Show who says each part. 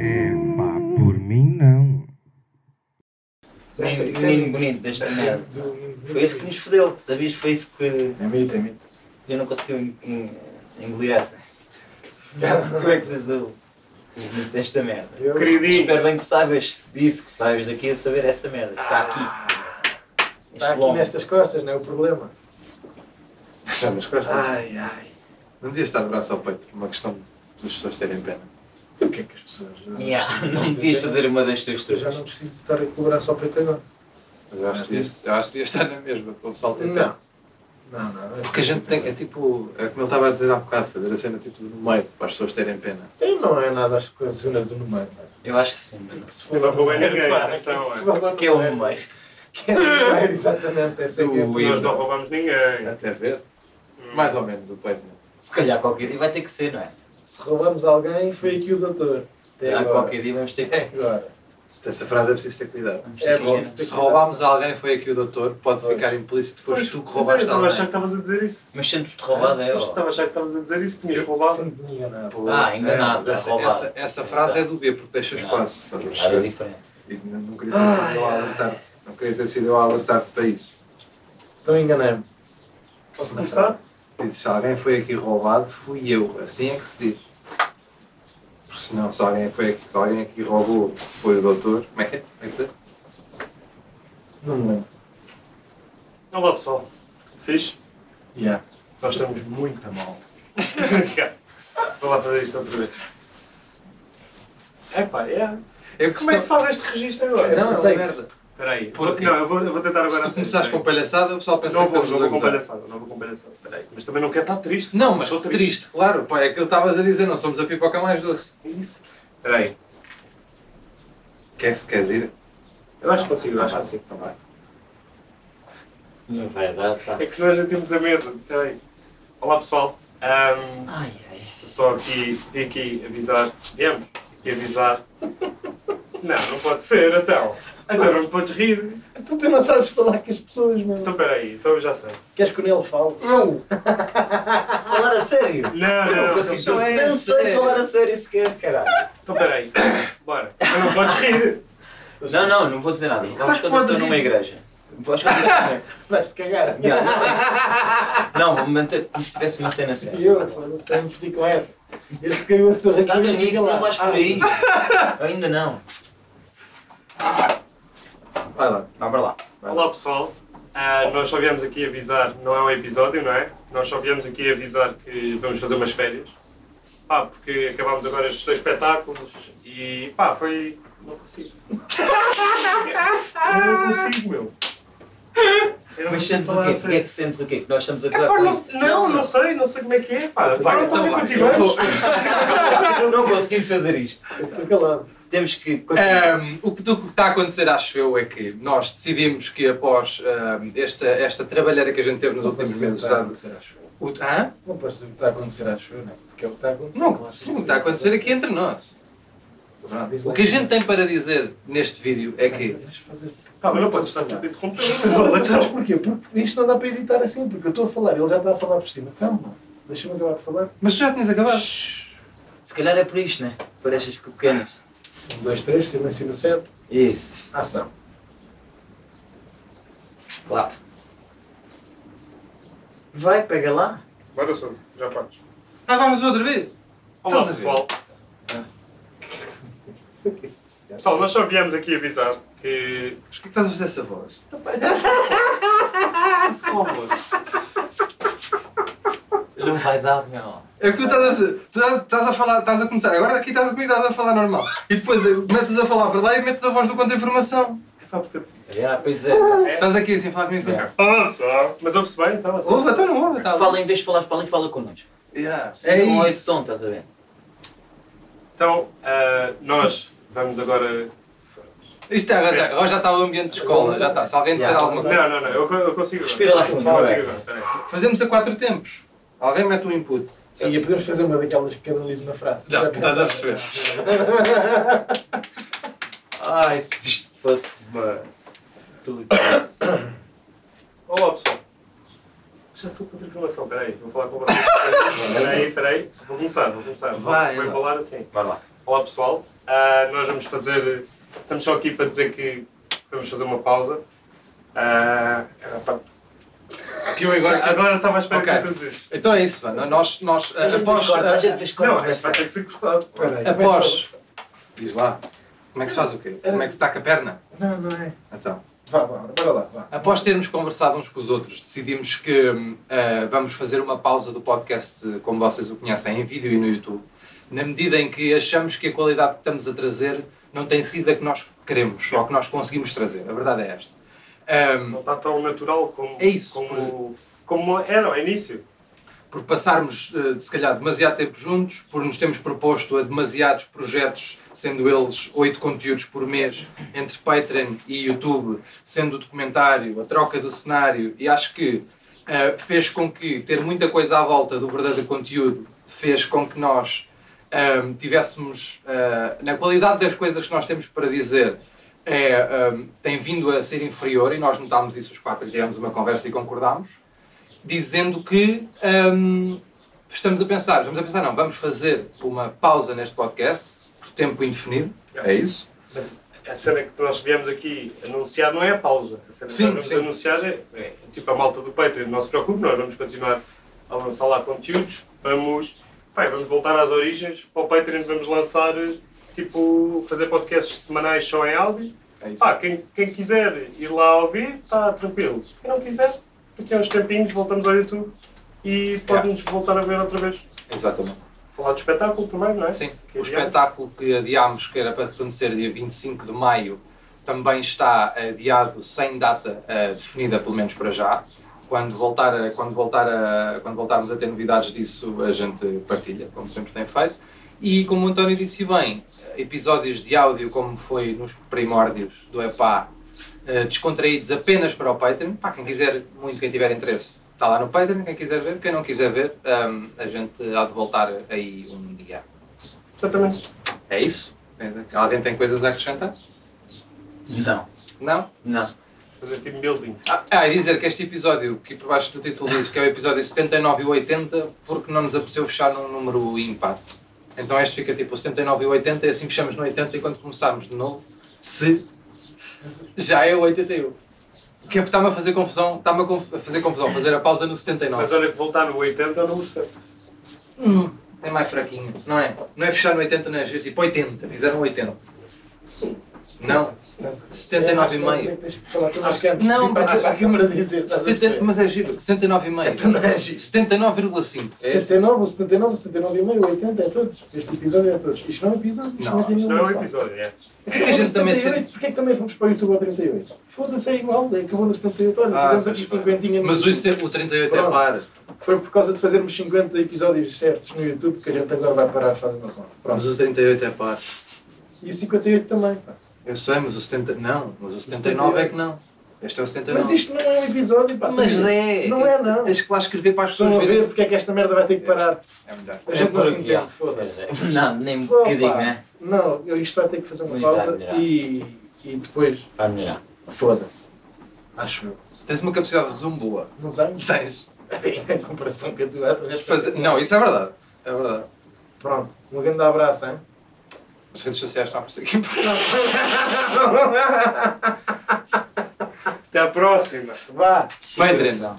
Speaker 1: É pá, por mim não.
Speaker 2: Essa-
Speaker 3: Menino,
Speaker 2: isso é
Speaker 3: menino
Speaker 2: mito.
Speaker 3: bonito deste
Speaker 2: Essa
Speaker 3: menino.
Speaker 2: é do-
Speaker 3: Foi isso que nos fodeu, sabias? Foi isso que
Speaker 2: É mito, é mito.
Speaker 3: eu não consegui en- en- engolir essa. tu é que és o o bonito desta merda.
Speaker 2: Eu-
Speaker 3: Espero bem que saibas disso, que saibas daqui a saber essa merda que está aqui. Este
Speaker 2: Está aqui
Speaker 3: lombo.
Speaker 2: nestas costas, não é o problema.
Speaker 4: São nas costas.
Speaker 2: Ai, ai.
Speaker 4: é? Não devia estar de braço ao peito, por uma questão das pessoas terem pena. E o que é que as pessoas.
Speaker 3: Yeah, não devias fazer uma das tuas
Speaker 2: Eu já
Speaker 3: tuas.
Speaker 2: não preciso de estar a cobrar só preto agora.
Speaker 4: Mas eu acho que este, eu acho que devia estar na mesma, com o salto em pé.
Speaker 2: Não. Não, não. é
Speaker 4: Porque a gente tem, é tipo, é como ele estava a dizer há bocado, fazer a cena tipo do meio, para as pessoas terem pena.
Speaker 2: Eu não é nada as coisas cena do é? número.
Speaker 3: Eu acho que sim, mano.
Speaker 2: Se
Speaker 5: Ele é o banheiro, é,
Speaker 2: Pá,
Speaker 5: atenção,
Speaker 2: que se
Speaker 5: é.
Speaker 2: fala do
Speaker 3: Que é o
Speaker 2: número?
Speaker 3: meio.
Speaker 2: Que é o número, exatamente. Essa é que é a
Speaker 4: Do
Speaker 2: pergunta.
Speaker 5: Nós não roubamos ninguém.
Speaker 4: Até ver. Mais ou menos o peito. né?
Speaker 3: Se calhar qualquer dia vai ter que ser, não é?
Speaker 2: Se roubamos alguém, foi aqui o doutor. Até
Speaker 3: Se calhar
Speaker 2: agora. É.
Speaker 3: qualquer dia vamos ter
Speaker 2: Até
Speaker 3: que.
Speaker 2: agora.
Speaker 4: Então, Essa frase é preciso ter cuidado.
Speaker 3: Vamos
Speaker 2: É
Speaker 3: ter
Speaker 2: bom.
Speaker 3: que ser.
Speaker 4: Se roubarmos alguém, foi aqui o doutor, pode ficar implícito, foste tu que roubaste
Speaker 5: Estava a achar que
Speaker 4: alguém.
Speaker 5: estavas a dizer isso.
Speaker 3: Mas sentes-te roubado é.
Speaker 5: Foste que
Speaker 3: ó.
Speaker 5: Estava a achar que estavas a dizer isso. Tinhas roubado.
Speaker 2: Sempre me enganado.
Speaker 4: Pô,
Speaker 3: Ah, enganado,
Speaker 4: é, mas
Speaker 3: é
Speaker 4: essa,
Speaker 3: roubado.
Speaker 4: essa, essa frase é do B, porque deixa
Speaker 3: Não.
Speaker 4: espaço. Estás a
Speaker 3: Nada
Speaker 4: perceber?
Speaker 3: é diferente.
Speaker 4: E não, não queria ter sido eu a alertar-te. Não queria ter sido eu a alertar-te para isso.
Speaker 2: Então enganei-me.
Speaker 5: Posso começar?
Speaker 4: Diz, se alguém foi aqui roubado, fui eu. Assim é que se diz. Porque senão, se alguém, foi aqui, se alguém aqui roubou, foi o doutor. Como é que é? Como é que se diz?
Speaker 2: Não me lembro.
Speaker 5: Olá pessoal. Fixe?
Speaker 2: Yeah.
Speaker 5: Nós estamos muito a mal. Vou lá fazer isto outra vez. Epá, é.
Speaker 4: Eu
Speaker 5: Como é que se faz este registro agora?
Speaker 4: Não, é uma
Speaker 2: Takes.
Speaker 4: merda.
Speaker 5: Espera aí.
Speaker 4: Porquê?
Speaker 5: Não, eu vou, eu vou tentar agora.
Speaker 4: Se
Speaker 5: a
Speaker 4: tu começares
Speaker 5: sério, espera
Speaker 4: com
Speaker 5: aí.
Speaker 4: palhaçada, o pessoal pensa
Speaker 5: Não
Speaker 4: que
Speaker 5: vou,
Speaker 4: estamos
Speaker 5: não vou
Speaker 4: a
Speaker 5: com
Speaker 4: gozar.
Speaker 5: palhaçada, não vou com palhaçada. Espera aí. Mas também não quero estar triste.
Speaker 4: Não, mas
Speaker 5: Estou
Speaker 4: triste. claro. Pá, é aquilo que estavas a dizer, não somos a pipoca mais doce.
Speaker 5: É Isso. Espera aí.
Speaker 4: Quer se queres ir?
Speaker 5: Eu acho que consigo, eu acho que consigo.
Speaker 4: Então vai.
Speaker 3: Não vai dar, tá.
Speaker 5: É que nós já temos a mesa. Espera aí. Olá pessoal. Ahm,
Speaker 3: Ai, ai.
Speaker 5: Só aqui, vim aqui avisar. Viemos aqui avisar. Não, não pode ser, então. Então não me podes rir.
Speaker 2: Então tu não sabes falar com as pessoas, mano.
Speaker 5: Então peraí, então eu já sei.
Speaker 2: Queres que o Nelo fale?
Speaker 3: Não! Falar a sério?
Speaker 5: Não, não, não.
Speaker 3: consigo.
Speaker 5: Então,
Speaker 3: Não,
Speaker 4: é
Speaker 3: sei
Speaker 4: sério.
Speaker 3: falar a sério sequer, caralho.
Speaker 5: então peraí. Bora. Então não podes rir.
Speaker 3: Não, não, não vou dizer nada. Vamos
Speaker 4: que pode
Speaker 3: quando estou
Speaker 4: rir.
Speaker 3: numa igreja. Vamos quando estou numa igreja.
Speaker 2: Vais-te cagar.
Speaker 3: Yeah, Não, vou manter como se tivesse uma cena
Speaker 2: E
Speaker 3: séria.
Speaker 2: eu, foda-se, não me fodi com essa. Este caiu a sorrir.
Speaker 3: Caga nisso, não vais
Speaker 2: Ah,
Speaker 3: por aí. Ainda não.
Speaker 4: Vai lá.
Speaker 3: Vá para lá.
Speaker 5: Olá pessoal. Ah, nós só viemos aqui avisar, não é um episódio, não é? Nós só viemos aqui avisar que vamos fazer umas férias. Pá, porque acabámos agora estes dois espetáculos e pá, foi. Não consigo. Eu não consigo, meu. Eu
Speaker 3: Mas
Speaker 5: não consigo
Speaker 3: sentes o
Speaker 5: falar
Speaker 3: quê?
Speaker 5: a
Speaker 3: O que é
Speaker 5: sério.
Speaker 3: que sentes o quê? Que nós estamos a
Speaker 5: É,
Speaker 3: gozar
Speaker 5: pá,
Speaker 3: com
Speaker 5: não,
Speaker 3: isso?
Speaker 5: não, não sei, não sei como é que é, pá. Pá,
Speaker 4: Vai,
Speaker 5: não
Speaker 4: então
Speaker 5: também
Speaker 4: vai.
Speaker 5: continuamos.
Speaker 3: Não conseguimos fazer isto.
Speaker 2: Estou calado.
Speaker 3: Temos que. continuar.
Speaker 4: Um, o, que, o que está a acontecer, acho eu, é que nós decidimos que após um, esta, esta trabalheira que a gente teve nos
Speaker 2: Não
Speaker 4: últimos
Speaker 2: pareceu
Speaker 4: meses.
Speaker 2: que está a
Speaker 4: dado-
Speaker 2: acontecer, acho eu.
Speaker 4: O, hã?
Speaker 2: Não parece o que está a acontecer, acho eu, não é? Porque é o que está a acontecer.
Speaker 4: Não,
Speaker 2: acho
Speaker 4: sim,
Speaker 2: que
Speaker 4: o que está a acontecer aqui entre nós. é Pronto. O que a gente tem para dizer neste vídeo é que.
Speaker 2: Mas fazer-
Speaker 5: Pá, mas não podes estar sempre interrompido.
Speaker 2: Não, mas
Speaker 4: então.
Speaker 2: sabes porquê? Porque isto não dá para editar assim, porque eu estou a falar, ele já está a falar por cima. Calma, deixa-me acabar de falar.
Speaker 4: Mas tu já tinhas acabado.
Speaker 3: Se calhar é por isto, né? Por estas pequenas.
Speaker 2: Um, dois, três, silêncio no set,
Speaker 3: Isso.
Speaker 2: ação.
Speaker 3: Claro. Vai, pega lá.
Speaker 5: Bora, Sônia, já podes.
Speaker 4: Nós vamos outra vez.
Speaker 5: Olá
Speaker 4: Estás a ver?
Speaker 5: pessoal. Pessoal, nós só viemos aqui avisar que
Speaker 4: Mas o que é que estás a fazer essa voz?
Speaker 5: Isso com amor.
Speaker 3: Não vai dar, não.
Speaker 4: É o que tu estás a fazer. Tu estás, estás a falar, estás a começar. Agora aqui estás comigo, estás a falar normal. E depois eh, começas a falar para lá e metes a voz do contra-informação.
Speaker 5: Pá, porque-
Speaker 3: Yeah, pois é.
Speaker 4: Estás aqui assim, falas comigo assim.
Speaker 5: Ah, pessoal. Mas ouve-se bem, então. assim.
Speaker 4: Ouve, então não ouve, está
Speaker 3: Fala, em vez de falares para ali, fala connosco.
Speaker 4: Yeah.
Speaker 3: É não é
Speaker 4: isso.
Speaker 3: esse tom, estás a ver?
Speaker 5: Então, ah, nós vamos agora.
Speaker 4: Isto é, agora, está- agora já está o ambiente de escola, já está. Se alguém disser
Speaker 3: Yeah.
Speaker 4: alguma coisa.
Speaker 5: Não, não, não, eu, co- eu consigo. agora.
Speaker 3: Respira lá
Speaker 5: Eu
Speaker 3: fundo,
Speaker 5: consigo
Speaker 3: vai.
Speaker 5: agora, peraí.
Speaker 4: Fazemos a quatro tempos. Alguém mete um input.
Speaker 2: E podemos fazer uma daquelas que cada um diz uma frase.
Speaker 4: Já,
Speaker 2: Já
Speaker 4: estás a
Speaker 2: pensaste?
Speaker 4: perceber.
Speaker 3: Ai, se isto fosse uma tulipa.
Speaker 5: Olá, pessoal. Já estou com tripulação, peraí, vou falar com vocês. Peraí, peraí, vou começar, vou começar. Vou-
Speaker 4: Vai,
Speaker 5: vou
Speaker 4: anda.
Speaker 5: falar assim.
Speaker 3: Vai lá.
Speaker 5: Olá pessoal, Ah, nós vamos fazer. Estamos só aqui para dizer que vamos fazer uma pausa. Ah, era para-
Speaker 4: Que eu agora.
Speaker 5: agora estava à espera
Speaker 4: Ok.
Speaker 5: que tu dizes.
Speaker 4: Então é isso, mano. Nós, nós
Speaker 3: A gente
Speaker 4: após,
Speaker 3: depois corta, a gente depois corta.
Speaker 5: Não,
Speaker 4: é
Speaker 5: isto vai ter que ser cortado.
Speaker 2: Espera aí, como é que se
Speaker 4: após. Diz lá. Como é que se faz o quê? Como é que se está com a perna?
Speaker 2: fala? Não, não é.
Speaker 4: Então.
Speaker 2: Vá, vá, bora lá, vá.
Speaker 4: Após termos conversado uns com os outros, decidimos que hum, ah, vamos fazer uma pausa do podcast, como vocês o conhecem, em vídeo e no YouTube, na medida em que achamos que a qualidade que estamos a trazer não tem sido a que nós queremos ou a que nós conseguimos trazer. A verdade é esta. Hum,
Speaker 5: Não está tão natural como,
Speaker 4: É isso.
Speaker 5: como, como era ao início.
Speaker 4: por passarmos, eh, se calhar, demasiado tempo juntos, por nos termos proposto a demasiados projetos, sendo eles oito conteúdos por mês, entre Patreon e YouTube, sendo o documentário, a troca do cenário, e acho que eh, fez com que ter muita coisa à volta do verdadeiro conteúdo fez com que nós ehm, tivéssemos, eh, na qualidade das coisas que nós temos para dizer, é, ehm, tem vindo a ser inferior, e nós notámos isso os quatro, e tivemos uma conversa e concordámos dizendo que hum, estamos a pensar, estamos a pensar, não, vamos fazer uma pausa neste podcast por tempo indefinido.
Speaker 5: É
Speaker 4: isso?
Speaker 5: Mas a cena que nós viemos aqui anunciar não é a pausa. A cena
Speaker 4: Sim,
Speaker 5: que nós vamos
Speaker 4: sim.
Speaker 5: anunciar é, é, tipo a malta do Patreon. Não se preocupe, nós vamos continuar a lançar lá conteúdos. Vamos, pá, vamos voltar às origens. Para o Patreon vamos lançar, eh, tipo, fazer podcasts semanais só em áudio.
Speaker 4: É isso.
Speaker 5: Pá, Ah, quem, quem quiser ir lá ouvir, está tranquilo. Quem não quiser, daqui a uns tempinhos voltamos ao YouTube e pode-nos voltar a ver outra vez.
Speaker 4: Exatamente.
Speaker 5: Falar de espetáculo também, não é?
Speaker 4: Sim,
Speaker 5: Que
Speaker 4: o
Speaker 5: adianta.
Speaker 4: espetáculo que adiámos, que era para acontecer dia 25 de maio, também está adiado sem data eh, definida, pelo menos para já. Quando, voltar a- quando, voltar a- quando voltarmos a ter novidades disso, a gente partilha, como sempre tem feito. E como o António disse bem, episódios de áudio, como foi nos primórdios do EPA, eh, descontraídos apenas para o Patreon. Pá, quem quiser, muito quem tiver interesse, está lá no Patreon. Quem quiser ver, quem não quiser ver, hum, a gente há de voltar aí um dia.
Speaker 5: Exatamente.
Speaker 4: É isso? Alguém tem coisas a acrescentar?
Speaker 3: Não.
Speaker 4: Não?
Speaker 3: Não.
Speaker 5: Fazer team building.
Speaker 4: Ah, ah, e dizer que este episódio, que por baixo do título diz que é o episódio 79 e 80, porque não nos apeteceu fechar num número ímpar. Então este fica tipo 79 e 80, e assim fechamos no 80 e quando começarmos de novo, se já é o 81. Que é porque está-me a fazer confusão, está-me a, conf- a fazer confusão, fazer a pausa no 79.
Speaker 5: Mas olha que voltar no 80 não serve.
Speaker 4: Hum, é mais fraquinho, não é? Não é fechar no 80, não é? Tipo 80, fizeram 80. Não,
Speaker 2: Mas- Acho
Speaker 4: 79 e
Speaker 2: que
Speaker 4: meio.
Speaker 2: Tens que falar com nós que antes.
Speaker 4: Não,
Speaker 2: Não, para
Speaker 4: porque-
Speaker 2: para a câmara dizer. estás a
Speaker 4: 70,
Speaker 2: perceber?
Speaker 4: mas é giro, 79,5.
Speaker 3: também é giro.
Speaker 2: É.
Speaker 4: 79,5.
Speaker 2: 79, 79, 79 e meio, 80 é todos. Este episódio é todos. Isto não é um episódio. Isto
Speaker 4: Não,
Speaker 2: não, tem
Speaker 5: Isto não
Speaker 2: nenhum
Speaker 5: é um
Speaker 2: impacto.
Speaker 5: episódio, é.
Speaker 4: Porque a gente também
Speaker 2: 78,
Speaker 4: sente-
Speaker 2: Porquê que também fomos para o YouTube ao 38? Foda-se, é igual. Acabou no 78. Olha,
Speaker 4: Ah,
Speaker 2: fizemos
Speaker 4: pois
Speaker 2: aqui
Speaker 4: foi.
Speaker 2: 50
Speaker 4: Mas o, IC o 38 é
Speaker 2: Pronto.
Speaker 4: par.
Speaker 2: Foi por causa de fazermos 50 episódios certos no YouTube que a gente agora vai parar de fazer uma pausa.
Speaker 4: Mas
Speaker 2: Pronto.
Speaker 4: o 38 é par.
Speaker 2: E o 58 também. pá.
Speaker 4: Eu sei, mas o 70. Não, mas o 79 é que não. Este é o 79.
Speaker 2: Mas isto não é um episódio. Pá,
Speaker 4: Mas
Speaker 2: sabia?
Speaker 4: é.
Speaker 2: Não é, não.
Speaker 4: Tens que lá escrever para as
Speaker 2: Estão
Speaker 4: pessoas
Speaker 2: a
Speaker 4: verem.
Speaker 2: ver porque é que esta merda vai ter que parar.
Speaker 4: É melhor.
Speaker 2: A gente não se entende. Foda-se.
Speaker 3: Foda-se. Não, nem um
Speaker 2: Opa,
Speaker 3: bocadinho, né?
Speaker 2: Não, eu isto vai ter que fazer uma
Speaker 3: Ui,
Speaker 2: pausa
Speaker 3: vai virar.
Speaker 2: e, e depois.
Speaker 3: Vai melhorar.
Speaker 2: Foda-se. Acho eu.
Speaker 4: Tens uma capacidade de resumo boa.
Speaker 2: Não tenho?
Speaker 4: Tens.
Speaker 2: Em comparação com a tua, tu vais
Speaker 4: Fazer... Não, isso é verdade. É verdade.
Speaker 2: Pronto. Um grande abraço, hein?
Speaker 4: As redes sociais estão a aparecer aqui.
Speaker 5: Até à próxima.
Speaker 2: Vá.
Speaker 4: Vai, Adriano.